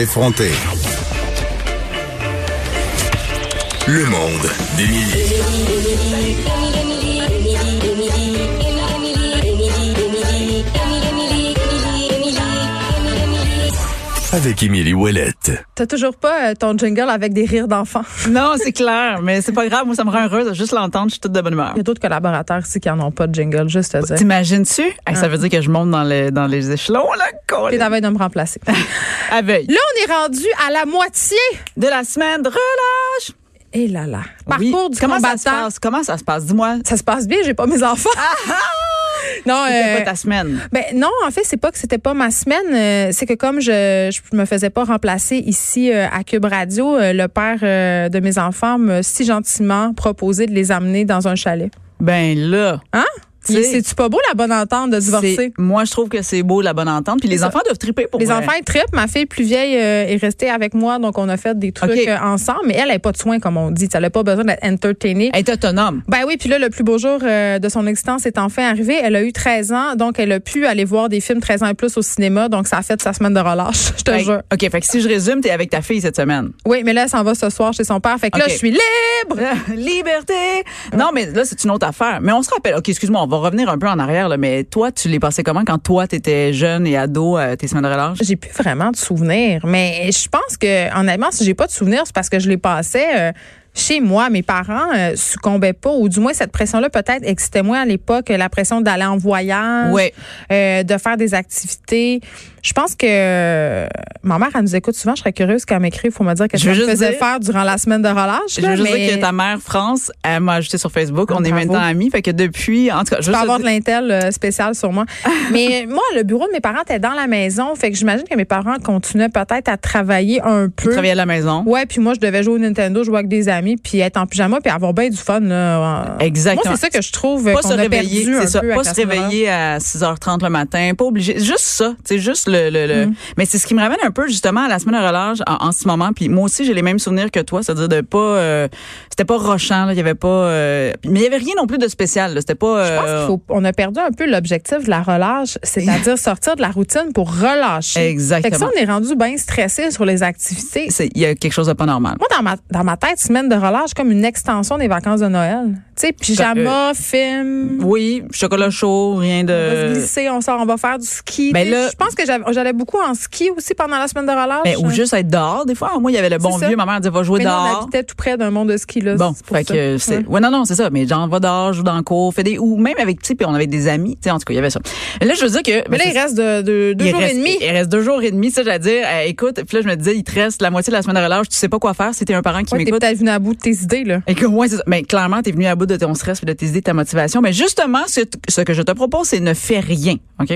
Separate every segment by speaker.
Speaker 1: effrontés. Le monde d'Émilie. Avec Émilie Ouellette.
Speaker 2: T'as toujours pas euh, ton jingle avec des rires d'enfants.
Speaker 3: Non, c'est clair, mais c'est pas grave. Moi, ça me rend heureuse de juste l'entendre. Je suis toute de bonne humeur.
Speaker 2: Il y a d'autres collaborateurs ici qui en ont pas de jingle, juste
Speaker 3: Bah,
Speaker 2: à dire.
Speaker 3: T'imagines-tu? Hey, ça veut dire que je monte dans, le- dans les échelons, là,
Speaker 2: T'es
Speaker 3: colin.
Speaker 2: la veille de me remplacer.
Speaker 3: À veille.
Speaker 2: Là, on est rendu à la moitié.
Speaker 3: De la semaine, de relâche.
Speaker 2: Et là là.
Speaker 3: Oui.
Speaker 2: Parcours du
Speaker 3: Comment
Speaker 2: combattant.
Speaker 3: ça se passe? Comment ça se passe? Dis-moi.
Speaker 2: Ça se passe bien, j'ai pas mes enfants. non,
Speaker 3: Ah, C'était
Speaker 2: euh,
Speaker 3: pas ta semaine.
Speaker 2: ben non, en fait, c'est pas que c'était pas ma semaine, euh, c'est que comme je je me faisais pas remplacer ici euh, à Cube Radio, euh, le père euh, de mes enfants m'a si gentiment proposé de les amener dans un chalet.
Speaker 3: Ben là.
Speaker 2: Hein?
Speaker 3: Tu sais-
Speaker 2: C'est-tu pas beau la bonne entente de divorcer?
Speaker 3: c'est- Moi, je trouve que c'est beau, la bonne entente. Puis les
Speaker 2: ça.
Speaker 3: enfants doivent triper pour
Speaker 2: Les
Speaker 3: vrai.
Speaker 2: enfants ils trippent. Ma fille plus vieille euh, est restée avec moi, donc on a fait des trucs
Speaker 3: OK.
Speaker 2: euh, ensemble. Mais elle n'a pas de soins, comme on dit. Elle n'a pas besoin d'être entertainée.
Speaker 3: Être autonome.
Speaker 2: Ben oui, puis là, le plus beau jour euh, de son existence est enfin arrivé. Elle a eu 13 ans, donc elle a pu aller voir des films 13 ans et plus au cinéma. Donc, ça a fait sa semaine de relâche, je te
Speaker 3: Fait-
Speaker 2: jure.
Speaker 3: OK, fait que si je résume, t'es avec ta fille cette semaine.
Speaker 2: Oui, mais là, elle s'en va ce soir chez son père. Fait que
Speaker 3: OK.
Speaker 2: là, je suis libre!
Speaker 3: Liberté! Non, mais là, c'est une autre affaire. Mais on se rappelle, OK, excuse-moi, on va revenir un peu en arrière, là, mais toi, tu l'es passé comment quand toi, t'étais jeune et ado, euh, tes semaines de relâche?
Speaker 2: J'ai plus vraiment de souvenirs, mais je pense que honnêtement, si j'ai pas de souvenirs, c'est parce que je les passais euh, chez moi. Mes parents euh, succombaient pas, ou du moins cette pression-là peut-être existait moins à l'époque, la pression d'aller en voyage,
Speaker 3: Ouais.
Speaker 2: euh, de faire des activités. Je pense que euh, ma mère, elle nous écoute souvent. Je serais curieuse qu'elle m'écrive pour me dire qu'est-ce
Speaker 3: Je veux
Speaker 2: qu'elle me
Speaker 3: juste
Speaker 2: faisait
Speaker 3: dire-
Speaker 2: faire durant la semaine de relâche.
Speaker 3: Je veux
Speaker 2: là,
Speaker 3: juste
Speaker 2: mais
Speaker 3: dire que ta mère, France, elle m'a ajouté sur Facebook.
Speaker 2: Ah,
Speaker 3: on est
Speaker 2: bravo.
Speaker 3: maintenant amis. Fait que depuis, en tout cas,
Speaker 2: Je
Speaker 3: juste.
Speaker 2: peux avoir de l'intel euh, spécial sur moi. Mais euh, moi, le bureau de mes parents était dans la maison. Fait que j'imagine que mes parents continuaient peut-être à travailler un peu.
Speaker 3: travailler à la maison.
Speaker 2: Ouais, puis moi, je devais jouer au Nintendo, jouer avec des amis, puis être en pyjama, puis avoir bien du fun. Là.
Speaker 3: Exactement.
Speaker 2: Moi, c'est ça que je trouve
Speaker 3: Pas
Speaker 2: qu'on
Speaker 3: se
Speaker 2: a
Speaker 3: réveiller,
Speaker 2: perdu un
Speaker 3: c'est ça.
Speaker 2: peu à
Speaker 3: Pas se
Speaker 2: Casper.
Speaker 3: réveiller à 6h30 le matin. Pas obligé. Juste ça. C'est juste le. le,
Speaker 2: Mm.
Speaker 3: le- Mais c'est ce qui me ramène un peu, justement, à la semaine de relâche en, en ce moment. Puis moi aussi, j'ai les mêmes souvenirs que toi. C'est-à-dire de pas. euh, C'était pas rochant, là. Il y avait pas. euh, Mais il y avait rien non plus de spécial, là. C'était pas.
Speaker 2: Je pense
Speaker 3: euh,
Speaker 2: qu'il faut, on a perdu un peu l'objectif de la relâche, c'est-à-dire sortir de la routine pour relâcher. Fait que ça,
Speaker 3: Exactement.
Speaker 2: on est rendu bien stressé sur les activités.
Speaker 3: C'est- Il y a quelque chose de pas normal.
Speaker 2: Moi, dans ma, dans ma tête, semaine de relâche, comme une extension des vacances de Noël. Tu sais,
Speaker 3: Euh,
Speaker 2: pyjama, film,
Speaker 3: Oui, chocolat chaud, rien de.
Speaker 2: on va se glisser, on sort, on va faire du ski.
Speaker 3: euh,
Speaker 2: Tu
Speaker 3: Ben
Speaker 2: sais,
Speaker 3: là- Ben
Speaker 2: je pense que j'avais- j'allais beaucoup en ski aussi pendant la semaine de relâche.
Speaker 3: Mais, ou juste être dehors, des fois. Moi, il y avait le bon
Speaker 2: ça.
Speaker 3: vieux. Ma mère disait, va jouer
Speaker 2: Mais nous, on
Speaker 3: dehors.
Speaker 2: habitait tout près d'un monde de ski. Là,
Speaker 3: Bon,
Speaker 2: c'est pour
Speaker 3: fait
Speaker 2: ça.
Speaker 3: que c'est.
Speaker 2: Ouais.
Speaker 3: Ouais. non, non, c'est ça. Mais genre, va dehors, joue dans le cours, fais des. Ou même avec, tu sais, puis on avait des amis. Tu sais, en tout cas, il y avait ça. Là, je veux dire que. ben,
Speaker 2: Mais là, il reste de, de- deux
Speaker 3: il
Speaker 2: jours
Speaker 3: reste-
Speaker 2: et demi.
Speaker 3: Il reste deux jours et demi, ça, j'allais dire. euh, écoute, puis là, je me disais, il te reste la moitié de la semaine de relâche. Tu sais pas quoi faire si t'es un parent qui
Speaker 2: Ouais, t'es
Speaker 3: m'écoute.
Speaker 2: peut-être venu à bout de tes idées, là.
Speaker 3: Et que, ouais, c'est ça. Mais clairement, t'es venu à bout de ton stress, puis de tes idées, de ta motivation. Mais justement, ce, ce que je te propose, c'est ne fais rien. OK?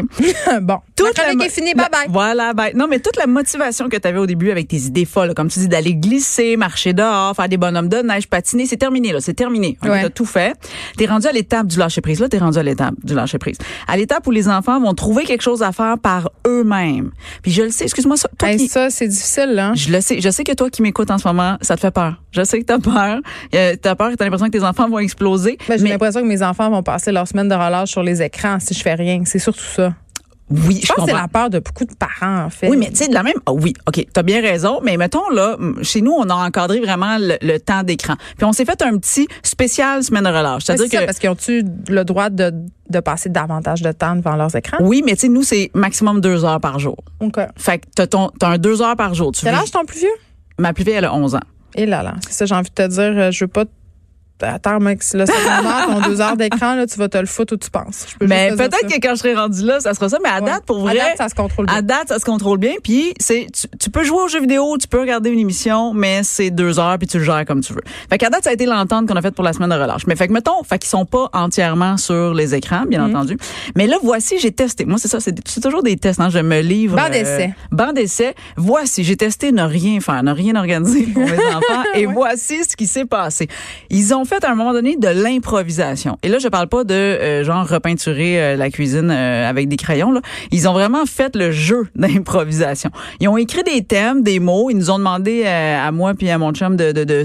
Speaker 2: bon.
Speaker 3: toute
Speaker 2: la chronique
Speaker 3: mo-
Speaker 2: est finie.
Speaker 3: la-
Speaker 2: Bye bye.
Speaker 3: Voilà, bye. Non, mais toute la motivation que tu avais au début avec tes idées folles, comme tu dis, d'aller glisser, marcher dehors, faire des bonhommes de neige, patiner, c'est terminé, là. C'est terminé. On
Speaker 2: Ouais.
Speaker 3: T'as tout fait. T'es rendu à l'étape du lâcher prise. Là, t'es rendu à l'étape du lâcher prise. À l'étape où les enfants vont trouver quelque chose à faire par eux-mêmes. Puis je le sais, excuse-moi, ça, toi
Speaker 2: Hey,
Speaker 3: qui-
Speaker 2: ça, c'est difficile, hein. là.
Speaker 3: je le sais, je sais que toi qui m'écoutes en ce moment, ça te fait peur. Je sais que t'as peur. Euh, t'as peur, t'as l'impression que tes enfants vont exploser.
Speaker 2: Ben, j'ai
Speaker 3: mais
Speaker 2: l'impression que mes enfants vont passer leur semaine de relâche sur les écrans si je fais rien. C'est surtout ça. Je pense
Speaker 3: oui,
Speaker 2: que c'est
Speaker 3: comprends.
Speaker 2: la peur de beaucoup de parents, en fait.
Speaker 3: Oui, mais tu sais, de la même. ah oui, OK, t'as bien raison. Mais mettons, là, m- chez nous, on a encadré vraiment le, le temps d'écran. Puis on s'est fait un petit spécial semaine de relâche.
Speaker 2: Ben, c'est
Speaker 3: C'est-à-dire
Speaker 2: ça,
Speaker 3: que.
Speaker 2: parce qu'ils ont-tu le droit de, de passer davantage de temps devant leurs écrans?
Speaker 3: Oui, mais tu sais, nous, c'est maximum deux heures par jour.
Speaker 2: Donc, euh,
Speaker 3: Fait que t'as, ton, t'as un deux heures par jour. Tu
Speaker 2: quel
Speaker 3: vis-
Speaker 2: âge ton plus vieux?
Speaker 3: Ma plus vieille, elle a 11 ans.
Speaker 2: Et là, là. C'est ça, j'ai envie de te dire, euh, je veux pas. t- Attends, mec, si là, ça te marre, ton deux heures d'écran, là, tu vas te le foutre où tu penses. Je peux
Speaker 3: Mais
Speaker 2: juste te dire
Speaker 3: peut-être
Speaker 2: ça.
Speaker 3: que quand je serai rendue là, ça sera ça. Mais à
Speaker 2: Ouais.
Speaker 3: date, pour vrai.
Speaker 2: À date, ça se contrôle bien.
Speaker 3: À date, ça se contrôle bien. Puis, c'est, tu, tu peux jouer aux jeux vidéo, tu peux regarder une émission, mais c'est deux heures, puis tu le gères comme tu veux. Fait qu'à date, ça a été l'entente qu'on a faite pour la semaine de relâche. Mais fait que, mettons, fait qu'ils sont pas entièrement sur les écrans, bien
Speaker 2: Mm-hmm.
Speaker 3: entendu. Mais là, voici, j'ai testé. Moi, c'est ça, c'est, c'est toujours des tests, hein. Je me livre.
Speaker 2: Banc d'essai.
Speaker 3: banc d'essai. Voici, j'ai testé ne rien faire, ne rien organiser pour mes enfants. Et voici ce qui s'est passé. Ils ont fait à un moment donné de l'improvisation. Et là, je parle pas de euh, genre repeinturer euh, la cuisine euh, avec des crayons. Là. Ils ont vraiment fait le jeu d'improvisation. Ils ont écrit des thèmes, des mots. Ils nous ont demandé euh, à moi puis à mon chum de, de, de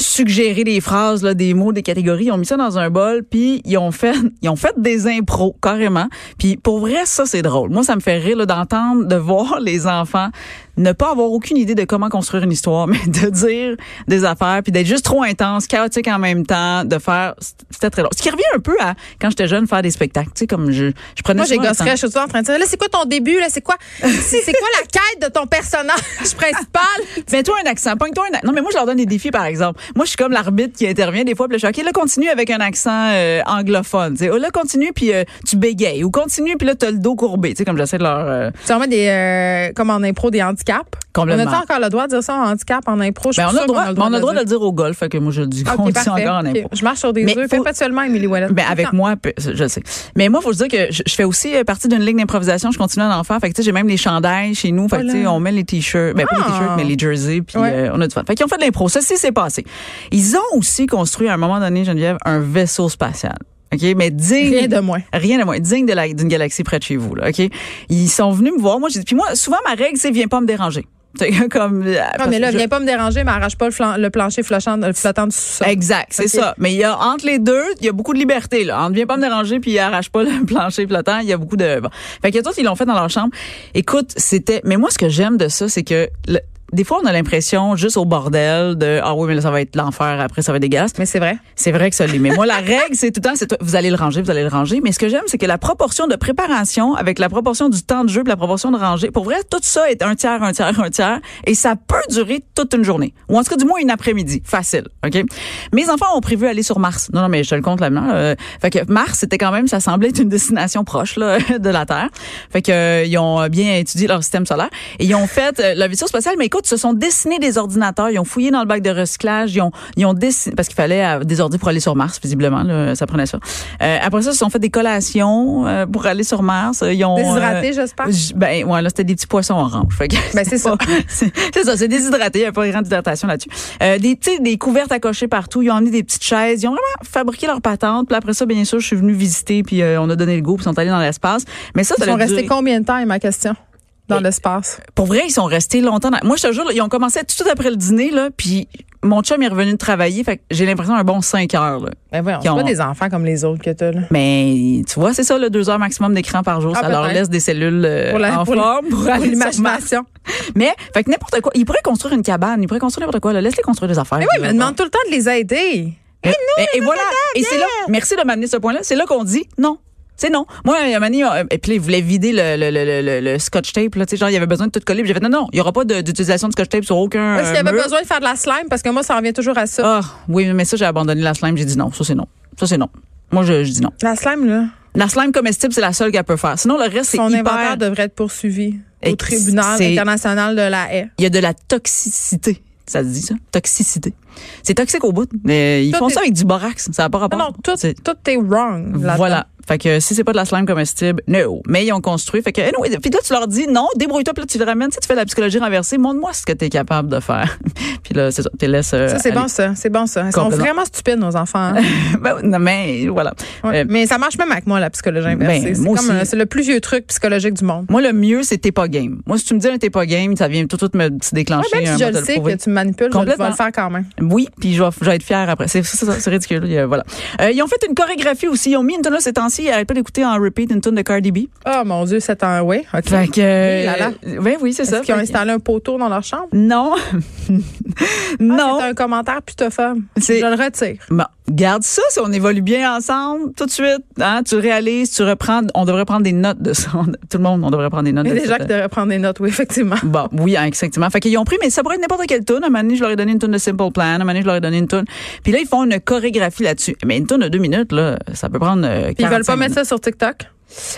Speaker 3: suggéré des phrases, là, des mots, des catégories. Ils ont mis ça dans un bol, puis ils ont fait, ils ont fait des impros carrément. Puis pour vrai, ça c'est drôle. Moi, ça me fait rire là, d'entendre, de voir les enfants ne pas avoir aucune idée de comment construire une histoire, mais de dire des affaires, puis d'être juste trop intense, chaotique en même temps, de faire, c'était très drôle. Ce qui revient un peu à quand j'étais jeune, faire des spectacles. Tu sais, comme je, je prenais.
Speaker 2: Moi, j'ai
Speaker 3: souvent le temps.
Speaker 2: gosserais, je suis toujours en train de dire, là, c'est quoi ton début? Là, c'est quoi, c'est c'est quoi la quête de ton personnage principal?
Speaker 3: Mets-toi Ben, un accent, pogne-toi un accent. Non, mais moi, je leur donne des défis, par exemple. Moi, je suis comme l'arbitre qui intervient des fois, puis là, je suis OK, là, continue avec un accent euh, anglophone. Tu sais, Oh, là, continue, puis euh, tu bégayes. Ou continue, puis là, t'as le dos courbé. Tu sais, comme j'essaie de leur... euh,
Speaker 2: Tu remets des, euh, comme en impro, des handicaps.
Speaker 3: Complètement.
Speaker 2: On a encore le droit de dire ça en handicap, en impro? Je suis
Speaker 3: Ben, on, a
Speaker 2: sûre
Speaker 3: le
Speaker 2: qu'on
Speaker 3: droit, mais on a le droit de
Speaker 2: dire.
Speaker 3: le dire au golf, fait que moi, je le dis.
Speaker 2: Ah,
Speaker 3: on
Speaker 2: OK,
Speaker 3: le dit
Speaker 2: parfait.
Speaker 3: encore en impro.
Speaker 2: OK. Je marche sur des
Speaker 3: Mais
Speaker 2: œufs.
Speaker 3: faut-
Speaker 2: Perpétuellement, Emily Wallet.
Speaker 3: Ben avec moi, peu- je le sais. Mais moi, faut se dire que je, je fais aussi euh, partie d'une ligue d'improvisation. Je continue à en faire. Fait que tu sais, j'ai même les chandails chez nous. Fait que
Speaker 2: Voilà.
Speaker 3: tu sais, on met les t-shirts, ben pas les t-shirts,
Speaker 2: Oh Ah.
Speaker 3: mais les jerseys. Puis
Speaker 2: Ouais.
Speaker 3: euh, on a du fun. Fait qu'ils ont fait de l'impro. Ceci s'est passé. Ils ont aussi construit à un moment donné, Geneviève, un vaisseau spatial. Ok, mais digne
Speaker 2: Rien de moins.
Speaker 3: Rien de moins. Digne de la- d'une galaxie près de chez vous, là, OK? Ils sont venus me voir. Moi, j'ai dit, puis moi, souvent, ma règle, c'est viens pas me déranger. Tu sais, comme. euh,
Speaker 2: Ah,
Speaker 3: parce
Speaker 2: mais là,
Speaker 3: que je-
Speaker 2: viens pas me déranger, mais arrache pas le, flan- le plancher flochant, le flottant du sous-sol.
Speaker 3: Exact, c'est
Speaker 2: Ok.
Speaker 3: ça. Mais il y a entre les deux, il y a beaucoup de liberté là. On ne vient pas me déranger puis il arrache pas le plancher flottant, il y a beaucoup de bon. Fait que tous ils l'ont fait dans leur chambre. Écoute, c'était mais moi ce que j'aime de ça c'est que le- des fois on a l'impression juste au bordel de ah oui mais là ça va être l'enfer après ça va être dégueulasse.
Speaker 2: Mais c'est vrai.
Speaker 3: C'est vrai que ça l'est. Mais moi, la règle, c'est tout le temps, c'est toi- vous allez le ranger, vous allez le ranger. Mais ce que j'aime, c'est que la proportion de préparation avec la proportion du temps de jeu, puis la proportion de ranger, pour vrai, tout ça est un tiers, un tiers, un tiers, et ça peut durer toute une journée, ou en tout cas du moins une après-midi, facile. Ok. Mes enfants ont prévu aller sur Mars. Non, non, mais je te le compte là maintenant. là. Fait que Mars, c'était quand même, ça semblait être une destination proche là, de la Terre. Fait que euh, ils ont bien étudié leur système solaire et ils ont fait euh, le vaisseau spatial. Mais écoute, ils se sont dessinés des ordinateurs, ils ont fouillé dans le bac de recyclage, ils ont ils ont dessiné parce qu'il fallait euh, des ordi pour aller sur Mars visiblement, là, ça prenait ça. Euh, après ça, ils se sont fait des collations euh, pour aller sur Mars. Ils ont
Speaker 2: Déshydraté, j'espère.
Speaker 3: euh, j- ben ouais, là c'était des petits poissons orange. Fait que
Speaker 2: Ben, c'est ça.
Speaker 3: pas- c'est c'est ça, c'est déshydraté, il n'y a pas grande hydratation là-dessus. Euh, des, tu sais, des couvertes à cocher partout, ils ont emmené des petites chaises, ils ont vraiment fabriqué leur patente. Puis après ça, bien sûr, je suis venue visiter, puis euh, on a donné le goût, puis ils sont allés dans l'espace. Mais ça,
Speaker 2: Ils
Speaker 3: ça
Speaker 2: sont
Speaker 3: l'a
Speaker 2: restés
Speaker 3: duré-
Speaker 2: combien de temps, est ma question, dans
Speaker 3: Mais-
Speaker 2: l'espace?
Speaker 3: Pour vrai, ils sont restés longtemps. dans- Moi, je te jure, là, ils ont commencé tout de suite après le dîner, là, puis mon chum est revenu de travailler, fait que j'ai l'impression un bon 5 heures, là.
Speaker 2: Ben voyons,
Speaker 3: Ils
Speaker 2: c'est
Speaker 3: ont-
Speaker 2: pas des enfants comme les autres que t'as, là.
Speaker 3: Mais tu vois, c'est ça, le deux heures maximum d'écran par jour.
Speaker 2: Ah,
Speaker 3: ça leur
Speaker 2: peut-être.
Speaker 3: laisse des cellules euh,
Speaker 2: Pour la-
Speaker 3: en
Speaker 2: pour la-
Speaker 3: forme pour,
Speaker 2: Pour
Speaker 3: aller sur Mars.
Speaker 2: l'imagination.
Speaker 3: Mais, fait que n'importe quoi. Ils pourraient construire une cabane, ils pourraient construire n'importe quoi. là. Laisse-les construire des affaires.
Speaker 2: Mais oui, mais demande tout le temps de les aider.
Speaker 3: Et, et voilà. Et c'est là. Merci de m'amener ce point-là. C'est là qu'on dit non. C'est non. Moi, il y a un moment donné, euh, et puis là, ils voulaient vider le, le, le, le, le- le scotch tape. Là, Tu sais, genre, il y avait besoin de tout coller. Puis J'ai fait non, non, il n'y aura pas de- d'utilisation de scotch tape sur aucun.
Speaker 2: Est-ce
Speaker 3: euh,
Speaker 2: qu'il y avait
Speaker 3: mur.
Speaker 2: besoin de faire de la slime? Parce que moi, ça revient toujours à ça.
Speaker 3: Ah, oui, mais ça, j'ai abandonné la slime. J'ai dit non. Ça, c'est non. Ça, c'est non. Moi, je, je dis non.
Speaker 2: La slime, là,
Speaker 3: La slime comestible, c'est la seule qu'elle peut faire. Sinon, le reste, c'est
Speaker 2: son inventaire
Speaker 3: hyper.
Speaker 2: devrait être poursuivi
Speaker 3: Et
Speaker 2: au tribunal
Speaker 3: c'est-
Speaker 2: international de la haie.
Speaker 3: Il y a de la toxicité. Ça se dit, ça? Toxicité. C'est toxique au bout. Mais ils
Speaker 2: Tout
Speaker 3: font
Speaker 2: est-
Speaker 3: ça avec du borax. Ça n'a pas rapport.
Speaker 2: Non, non, tout,
Speaker 3: Ah. C'est-
Speaker 2: tout est wrong. là-dedans.
Speaker 3: Voilà. Fait que si c'est pas de la slime comestible, no. Mais ils ont construit. Fait que, anyway, puis là, tu leur dis non, débrouille-toi, puis là, tu le ramènes. Tu sais, tu fais de la psychologie renversée, montre-moi ce que tu es capable de faire. puis là, c'est ça, tu les laisses. euh,
Speaker 2: Ça, c'est
Speaker 3: aller.
Speaker 2: bon, ça. C'est bon, ça. Ils sont
Speaker 3: Complètement.
Speaker 2: vraiment stupides, nos enfants. hein.
Speaker 3: Ben, non, mais voilà.
Speaker 2: Ouais.
Speaker 3: Euh,
Speaker 2: Mais ça marche même avec moi, la psychologie inversée.
Speaker 3: ben,
Speaker 2: c'est
Speaker 3: moi
Speaker 2: comme
Speaker 3: aussi.
Speaker 2: un- c'est le plus vieux truc psychologique du monde.
Speaker 3: moi, le mieux, c'est t'es pas game. Moi, si tu me dis un t'es pas game, ça vient tout, tout me se
Speaker 2: Ouais,
Speaker 3: déclencher.
Speaker 2: même
Speaker 3: un
Speaker 2: si Ah, ben, je
Speaker 3: mot de
Speaker 2: le sais
Speaker 3: prouver.
Speaker 2: que tu me manipules, je vais- je vais
Speaker 3: Complètement.
Speaker 2: le faire quand même.
Speaker 3: Oui, puis je vais, je vais être fière après. C'est c'est- c'est- c'est ridicule. euh, voilà. Euh, ils ont fait une chorégraphie aussi. Ils ont mis une tune là ces temps-ci. Ils arrêtent pas d'écouter en repeat une tune de Cardi B.
Speaker 2: Oh mon Dieu, c'est un oui. OK.
Speaker 3: Fait que. euh,
Speaker 2: Eh là là.
Speaker 3: Ben oui, c'est ça.
Speaker 2: Est-ce qu'ils ont
Speaker 3: Fait que-
Speaker 2: installé un poteau dans leur chambre?
Speaker 3: Non.
Speaker 2: Ah,
Speaker 3: non.
Speaker 2: C'est un commentaire plutôt femme. Je
Speaker 3: C'est-
Speaker 2: le retire.
Speaker 3: Bon, garde ça, si on évolue bien ensemble, tout de suite, hein, tu réalises, tu reprends, on devrait prendre des notes de ça. On- Tout le monde, on devrait prendre des notes
Speaker 2: Il y a
Speaker 3: de
Speaker 2: des gens qui
Speaker 3: ça.
Speaker 2: devraient prendre des notes, oui, effectivement.
Speaker 3: Bon, oui, hein, exactement. Fait qu'ils ont pris, mais ça pourrait être n'importe quelle tune. À un moment donné, je leur ai donné une tune de Simple Plan. À un moment donné, je leur ai donné une tune. Puis là, ils font une chorégraphie là-dessus. Mais une tune de deux minutes, là, ça peut prendre euh, 45
Speaker 2: Puis ils veulent pas mettre
Speaker 3: minutes.
Speaker 2: ça sur TikTok.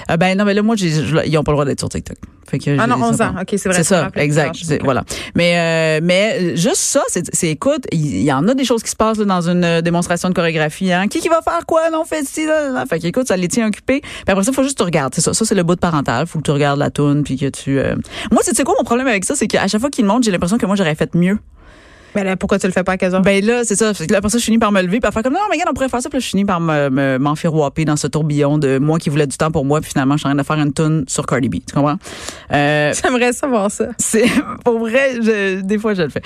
Speaker 3: Ah, ben non, mais là, moi, j'ai- je- ils ont pas le droit d'être sur TikTok. Fait que
Speaker 2: Ah
Speaker 3: je
Speaker 2: non,
Speaker 3: les ai
Speaker 2: 11
Speaker 3: pas.
Speaker 2: ans. OK, c'est vrai.
Speaker 3: C'est
Speaker 2: je me
Speaker 3: ça,
Speaker 2: rappelais.
Speaker 3: exact. C'est- Voilà. Mais euh, mais juste ça, c'est c'est- écoute, il il y, en a des choses qui se passent là, dans une euh, démonstration de chorégraphie. Hein. Qui qui va faire quoi Non, fait ci là, là, là. Fait que, écoute, ça les tient occupés. Puis après ça, faut juste que tu regardes. C'est ça, ça c'est le bout de parental. Faut que tu regardes la tune puis que tu. euh, Moi, c'est tu sais quoi mon problème avec ça, c'est qu'à chaque fois qu'ils montent, j'ai l'impression que moi j'aurais fait mieux.
Speaker 2: Mais là, pourquoi tu le fais pas à 15 heures?
Speaker 3: Ben là, c'est ça. Fait que là, après ça, je finis par me lever, par faire comme non, mais regarde, on pourrait faire ça. Puis là, je finis par me- me- m'enfirouaper dans ce tourbillon de moi qui voulais du temps pour moi. Puis finalement, je suis en train de faire une tune sur Cardi B. Tu comprends? Euh,
Speaker 2: J'aimerais savoir ça.
Speaker 3: c'est pour vrai, je- des fois je le fais.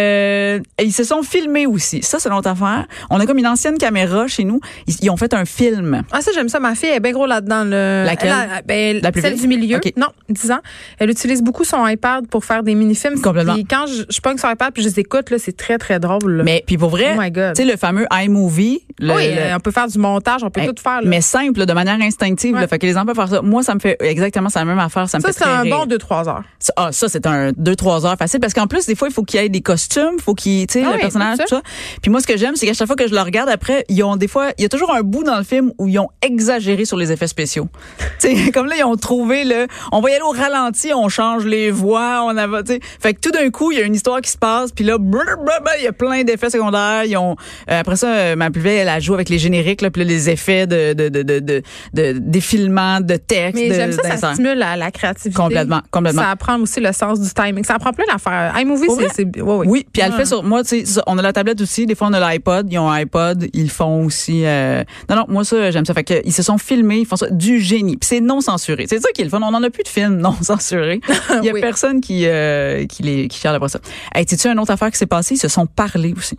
Speaker 3: Euh, et ils se sont filmés aussi. Ça, c'est notre affaire. On a comme une ancienne caméra chez nous. Ils, ils ont fait un film.
Speaker 2: Ah, ça, j'aime ça. Ma fille est bien gros là-dedans. Le...
Speaker 3: Laquelle?
Speaker 2: La, ben,
Speaker 3: La plus
Speaker 2: celle
Speaker 3: vieille?
Speaker 2: du milieu.
Speaker 3: Ok.
Speaker 2: Non, 10 ans. Elle utilise beaucoup son iPad pour faire des mini-films.
Speaker 3: Complètement.
Speaker 2: Puis quand je, je pogne son iPad puis je les écoute, là, c'est très, très drôle. là.
Speaker 3: Mais puis pour vrai,
Speaker 2: Oh my
Speaker 3: tu
Speaker 2: God.
Speaker 3: sais le fameux iMovie, le,
Speaker 2: oui,
Speaker 3: le-
Speaker 2: euh, on peut faire du montage, on peut
Speaker 3: Hey,
Speaker 2: tout faire. là.
Speaker 3: mais simple, là, de manière instinctive.
Speaker 2: Ouais.
Speaker 3: là. fait que les enfants peuvent faire ça. Moi, ça me fait exactement ça, la même affaire. Ça me
Speaker 2: ça,
Speaker 3: fait
Speaker 2: c'est
Speaker 3: très
Speaker 2: un bon
Speaker 3: rire.
Speaker 2: 2-3 heures.
Speaker 3: Ça- Ah, ça, c'est un 2-3 heures facile. Parce qu'en plus, des fois, il faut qu'il y ait des costumes, faut qu'il, tu sais,
Speaker 2: Ah
Speaker 3: le
Speaker 2: oui,
Speaker 3: personnage,
Speaker 2: tout
Speaker 3: tout ça. Puis moi, ce que j'aime, c'est qu'à chaque fois que je le regarde après, ils ont des fois, il y a toujours un bout dans le film où ils ont exagéré sur les effets spéciaux. tu sais, comme là, ils ont trouvé le, on va y aller au ralenti, on change les voix, on a, tu sais. Fait que tout d'un coup, il y a une histoire qui se passe, puis là, brr, brr, brr, il y a plein d'effets secondaires. Ils ont, euh, après ça, euh, ma plus vieille, elle a joué avec les génériques, là, puis là, les effets de, de, de, de, de, de- défilements, de texte.
Speaker 2: Mais
Speaker 3: de-
Speaker 2: j'aime ça, ça
Speaker 3: d'insert.
Speaker 2: stimule la, la créativité.
Speaker 3: Complètement, complètement.
Speaker 2: Ça apprend aussi le sens du timing. Ça apprend plein d'affaires. iMovie,
Speaker 3: Pour
Speaker 2: c'est.
Speaker 3: vrai?
Speaker 2: c'est- ouais, ouais.
Speaker 3: Oui, Ah. puis elle le
Speaker 2: Ouais.
Speaker 3: fait sur moi, tu sais, ça, on a la tablette aussi, des fois on a l'iPod, ils ont un iPod, ils le font aussi. euh, Non, non, moi ça, j'aime ça. Fait que, ils se sont filmés, ils font ça du génie. Puis c'est non censuré. C'est ça qui est le fun. On n'en a plus de films non censurés. Il y a
Speaker 2: Oui.
Speaker 3: personne qui, euh, qui les qui chiale après ça. Hey, tu une autre affaire qui s'est passée? Ils se sont parlés aussi.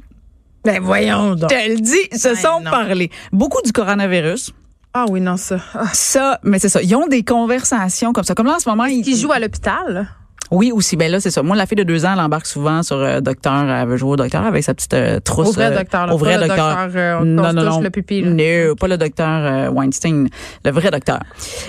Speaker 2: Ben voyons donc.
Speaker 3: Je te le dis, ils se
Speaker 2: Ben
Speaker 3: sont
Speaker 2: non.
Speaker 3: parlés. Beaucoup du coronavirus.
Speaker 2: Ah oui, non, ça. Ah.
Speaker 3: Ça, mais c'est ça. Ils ont des conversations comme ça. Comme là, en ce moment, ils,
Speaker 2: Qui joue à l'hôpital?
Speaker 3: Oui, aussi. Ben là, c'est ça. Moi, la fille de deux ans, elle embarque souvent sur euh, Docteur. Elle veut jouer au Docteur avec sa petite euh, trousse.
Speaker 2: Au vrai
Speaker 3: euh,
Speaker 2: docteur, là,
Speaker 3: Au vrai
Speaker 2: pas le
Speaker 3: Docteur.
Speaker 2: docteur, euh, on- on se touche le pupille, là.
Speaker 3: Non, pas le Docteur euh, Weinstein. Le vrai Docteur.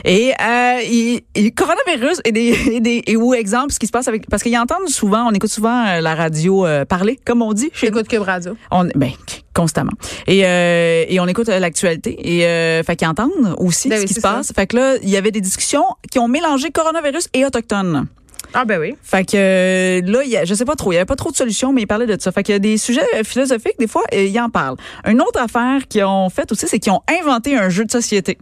Speaker 3: Et, euh, il- il- coronavirus et des, et des, et ou exemple, ce qui se passe avec, parce qu'ils entendent souvent, on écoute souvent euh, la radio euh, parler, comme on dit chez nous.
Speaker 2: J'écoute Cube Radio.
Speaker 3: On, ben, c- constamment. Et, euh, et on écoute euh, l'actualité. Et euh, fait qu'ils entendent aussi
Speaker 2: Ben
Speaker 3: ce
Speaker 2: oui,
Speaker 3: qui se
Speaker 2: c'est ça.
Speaker 3: passe. Fait que là, il y avait des discussions qui ont mélangé coronavirus et autochtones.
Speaker 2: Ah ben oui.
Speaker 3: Fait que euh, là, il y a, je sais pas trop, il y avait pas trop de solutions, mais il parlait de ça. Fait qu'il y a des sujets euh, philosophiques, des fois, euh, il en parle. Une autre affaire qu'ils ont faite aussi, c'est qu'ils ont inventé un jeu de société.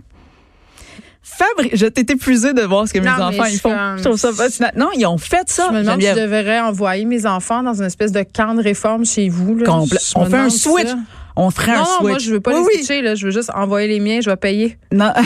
Speaker 3: Fabri je t'ai épuisée de voir ce que
Speaker 2: Non,
Speaker 3: mes
Speaker 2: mais
Speaker 3: enfants
Speaker 2: je
Speaker 3: ils font.
Speaker 2: suis, euh,
Speaker 3: Je trouve ça fascinant. Non, ils ont fait ça.
Speaker 2: je me demande si
Speaker 3: Geneviève.
Speaker 2: je devrais envoyer mes enfants dans une espèce de camp de réforme chez vous. Là.
Speaker 3: Complet.
Speaker 2: Je me
Speaker 3: On fait un
Speaker 2: demande
Speaker 3: switch.
Speaker 2: ça.
Speaker 3: On ferait
Speaker 2: Non,
Speaker 3: un
Speaker 2: non,
Speaker 3: switch.
Speaker 2: moi, je veux pas
Speaker 3: Oui,
Speaker 2: les
Speaker 3: oui.
Speaker 2: switcher. Là. Je veux juste envoyer les miens, je vais payer.
Speaker 3: Non.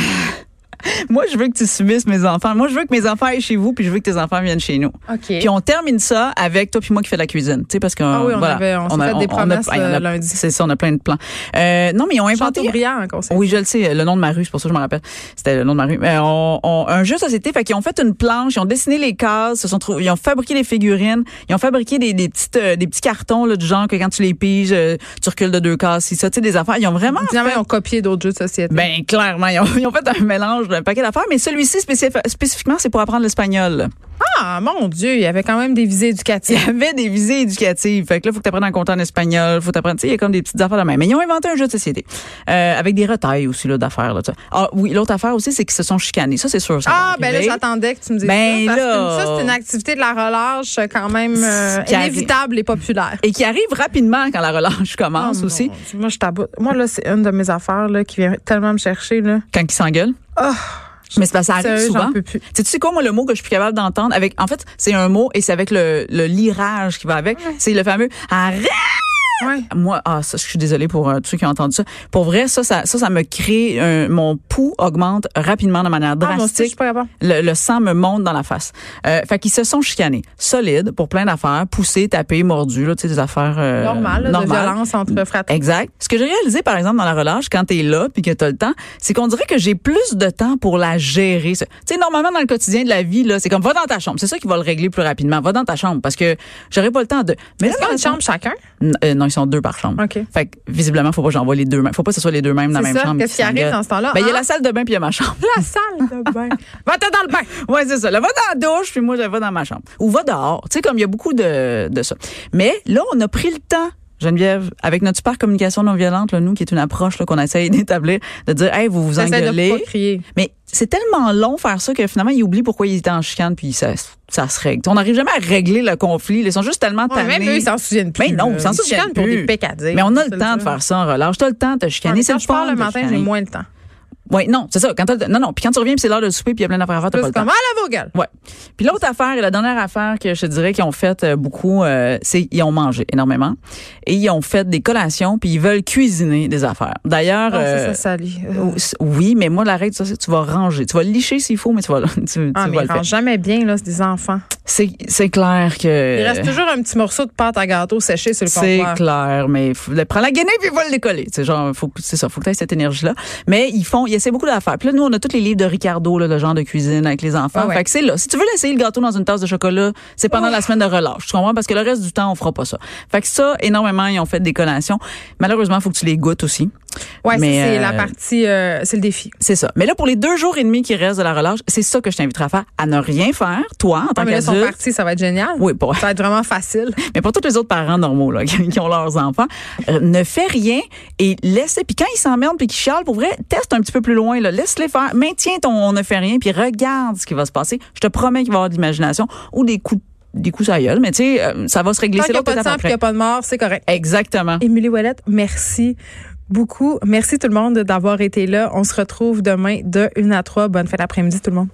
Speaker 3: Moi, je veux que tu subisses mes enfants. Moi, je veux que mes enfants aillent chez vous, puis je veux que tes enfants viennent chez nous.
Speaker 2: OK.
Speaker 3: Puis on termine ça avec toi puis moi qui fait la cuisine, tu sais parce que
Speaker 2: Ah oui, on
Speaker 3: voilà,
Speaker 2: avait- on s'est
Speaker 3: a-
Speaker 2: fait des
Speaker 3: a-
Speaker 2: promesses,
Speaker 3: hey, on a-
Speaker 2: euh, lundi.
Speaker 3: C'est ça, on a plein de plans. Euh, non, mais ils ont inventé.
Speaker 2: Chateaubriand, en conseil.
Speaker 3: Oui, je le sais, le nom de ma rue, c'est pour ça que je me rappelle. C'était le nom de ma rue. Mais on, on- un jeu de société, fait qu'ils ont fait une planche, ils ont dessiné les cases, se sont trou- ils ont fabriqué des figurines, ils ont fabriqué des, des petites euh, des petits cartons là, du genre que quand tu les piges, euh, tu recules de deux cases, c'est ça, tu sais des affaires. Ils ont vraiment
Speaker 2: Finalement, ils ont copié d'autres jeux de société.
Speaker 3: Ah, ben clairement, ils ont, ils ont fait un mélange d'un paquet d'affaires, mais celui-ci spécif- spécifiquement, c'est pour apprendre l'espagnol.
Speaker 2: ah, mon Dieu, il y avait quand même des visées
Speaker 3: Il
Speaker 2: éducatives.
Speaker 3: y avait des visées éducatives. Fait que là, faut que t'apprennes à compter en espagnol, faut t'apprendre, tu sais, il y a comme des petites affaires de même. Mais ils ont inventé un jeu de société. Euh, avec des retails aussi, là, d'affaires, là, tu sais. Ah oui, l'autre affaire aussi, c'est qu'ils se sont chicanés. Ça, c'est sûr. ça va
Speaker 2: Ah, ben là,
Speaker 3: arriver.
Speaker 2: j'attendais que tu me dises
Speaker 3: Ben
Speaker 2: ça. parce que
Speaker 3: là.
Speaker 2: ça, c'est une activité de la relâche euh, quand même euh,
Speaker 3: Qui arrive.
Speaker 2: inévitable et populaire.
Speaker 3: Et qui arrive rapidement quand la relâche commence
Speaker 2: Oh,
Speaker 3: aussi,
Speaker 2: mon Dieu, Moi, je taboute. Moi, là, c'est une de mes affaires là, qui vient tellement me chercher. Là.
Speaker 3: quand ils s'engueulent. Mais c'est parce que ça arrive
Speaker 2: Sérieux,
Speaker 3: souvent.
Speaker 2: Ah, j'en peux plus.
Speaker 3: Tu sais quoi, moi, le mot que je suis plus capable d'entendre avec, en fait, c'est un mot et c'est avec le, le lirage qui va avec. C'est le fameux arrête!
Speaker 2: Ouais.
Speaker 3: Moi, ah, ça, je suis désolée pour euh, tous ceux qui ont entendu ça. Pour vrai, ça, ça, ça, ça me crée un- mon pouls augmente rapidement de manière
Speaker 2: Ah, moi aussi, je
Speaker 3: drastique.
Speaker 2: suis pas capable.
Speaker 3: Le, le sang me monte dans la face. Euh, fait qu'ils se sont chicanés. Solides pour plein d'affaires. Poussés, tapés, mordus, là, tu sais, des affaires euh,
Speaker 2: Normal, Mm. Eh, là, de
Speaker 3: normales.
Speaker 2: violence entre frères.
Speaker 3: Exact. Ce que j'ai réalisé, par exemple, dans la relâche, quand t'es là puis que t'as le temps, c'est qu'on dirait que j'ai plus de temps pour la gérer. ça. Tu sais, normalement, dans le quotidien de la vie, là, c'est comme, va dans ta chambre. C'est ça qui va le régler plus rapidement. Va dans ta chambre parce que j'aurais pas le temps de... Mais là,
Speaker 2: Est-ce qu'on a
Speaker 3: dans
Speaker 2: une
Speaker 3: la
Speaker 2: chambre chacun?
Speaker 3: N- euh, non, ils sont deux par chambre.
Speaker 2: OK.
Speaker 3: Fait que, visiblement, faut pas que j'envoie les deux mêmes. Faut pas que ce soit les deux mêmes dans la
Speaker 2: C'est
Speaker 3: même
Speaker 2: ça.
Speaker 3: chambre.
Speaker 2: Qu'est-ce qui arrive dans ce temps-là?
Speaker 3: Ben, il y a
Speaker 2: Hein?
Speaker 3: la salle de bain puis il y a ma chambre.
Speaker 2: La salle de bain. Va-t'en dans le bain.
Speaker 3: Ouais, c'est ça. Là, va dans la douche, puis moi, je vais dans ma chambre. Ou va dehors. Tu sais, comme il y a beaucoup de, de ça. Mais là, on a pris le temps, Geneviève, avec notre super communication non violente, là, nous, qui est une approche là, qu'on essaye d'établir, de dire, hey, vous vous
Speaker 2: J'essaie de pas
Speaker 3: engueulez.
Speaker 2: crier.
Speaker 3: Mais c'est tellement long faire ça que finalement, ils oublient pourquoi ils étaient en chicane, puis ça, ça se règle. On n'arrive jamais à régler le conflit. Ils sont juste tellement
Speaker 2: Ouais,
Speaker 3: tannés.
Speaker 2: même eux, ils s'en souviennent plus.
Speaker 3: Mais non,
Speaker 2: là.
Speaker 3: ils s'en
Speaker 2: se
Speaker 3: souviennent
Speaker 2: chicanent pour
Speaker 3: plus.
Speaker 2: des pécadilles.
Speaker 3: Mais on a
Speaker 2: C'est
Speaker 3: le temps de
Speaker 2: ça.
Speaker 3: faire ça en relâche. T'as le temps de te
Speaker 2: Ouais,
Speaker 3: chicaner.
Speaker 2: mais
Speaker 3: c'est
Speaker 2: Quand
Speaker 3: le
Speaker 2: je pars
Speaker 3: fun
Speaker 2: le
Speaker 3: de
Speaker 2: matin, j'ai
Speaker 3: chicaner.
Speaker 2: moins le temps.
Speaker 3: Oui, non, c'est ça. Quand t'as- non, non. Puis quand tu reviens, puis c'est l'heure de souper, puis il y a plein d'affaires à faire, t'as
Speaker 2: Plus
Speaker 3: pas le temps.
Speaker 2: comme, ah, la Vogel!
Speaker 3: Ouais. Puis l'autre affaire, et la dernière affaire que je te dirais qu'ils ont fait euh, beaucoup, euh, c'est ils ont mangé énormément et ils ont fait des collations puis ils veulent cuisiner des affaires. D'ailleurs,
Speaker 2: Ah, ça,
Speaker 3: euh,
Speaker 2: ça salit.
Speaker 3: ou- s- oui, mais moi la règle ça c'est que tu vas ranger, tu vas licher s'il faut, mais tu vas le-
Speaker 2: Ah,
Speaker 3: tu, tu
Speaker 2: mais
Speaker 3: vas
Speaker 2: ils
Speaker 3: le faire.
Speaker 2: rangent jamais bien, là, c'est des enfants.
Speaker 3: C'est c'est clair que
Speaker 2: Il reste toujours un petit morceau de pâte à gâteau séché sur le
Speaker 3: Euh, c'est
Speaker 2: comptoir.
Speaker 3: clair, mais faut- prends la gainée puis va le décoller. C'est genre, faut, que- c'est ça, faut que tu aies cette énergie-là. Mais ils font, ils essaient beaucoup d'affaires. Puis là, nous, on a tous les livres de Ricardo, là, le genre de cuisine avec les enfants.
Speaker 2: Ah ouais.
Speaker 3: Fait que c'est là. Si tu veux l'essayer le gâteau dans une tasse de chocolat, c'est pendant la semaine de relâche. Tu comprends? Parce que le reste du temps, on fera pas ça. Fait que ça, énormément, ils ont fait des collations. Malheureusement, faut que tu les goûtes aussi.
Speaker 2: Ouais, ça,
Speaker 3: Mais,
Speaker 2: c'est
Speaker 3: euh,
Speaker 2: la partie, euh, c'est le défi.
Speaker 3: C'est ça. Mais là, pour les deux jours et demi qui restent de la relâche, c'est ça que je t'inviterai à faire, à ne rien faire, toi, en tant
Speaker 2: Ah, mais là, ils sont
Speaker 3: qu'adulte.
Speaker 2: partis, ça va être génial.
Speaker 3: Oui, bon.
Speaker 2: Ça va être vraiment facile.
Speaker 3: Mais pour tous les autres parents normaux là, qui qui ont leurs enfants, euh, ne fais rien et laissez. Puis quand ils s'emmerdent puis qu'ils chialent, pour vrai, teste un petit peu plus loin. là. Laisse-les faire. Maintiens ton on ne fait rien puis regarde ce qui va se passer. Je te promets qu'il va y avoir de l'imagination ou des coups des coups à la gueule, mais tu sais, euh, ça va se régler.
Speaker 2: Tant qu'il
Speaker 3: C'est
Speaker 2: n'y a
Speaker 3: l'autre
Speaker 2: pas de
Speaker 3: étape
Speaker 2: sang et qu'il n'y
Speaker 3: après.
Speaker 2: a pas de mort, c'est correct.
Speaker 3: Exactement.
Speaker 2: Émilie Ouellette, merci beaucoup. Merci tout le monde d'avoir été là. On se retrouve demain de 1 à 3. Bonne fête après-midi tout le monde.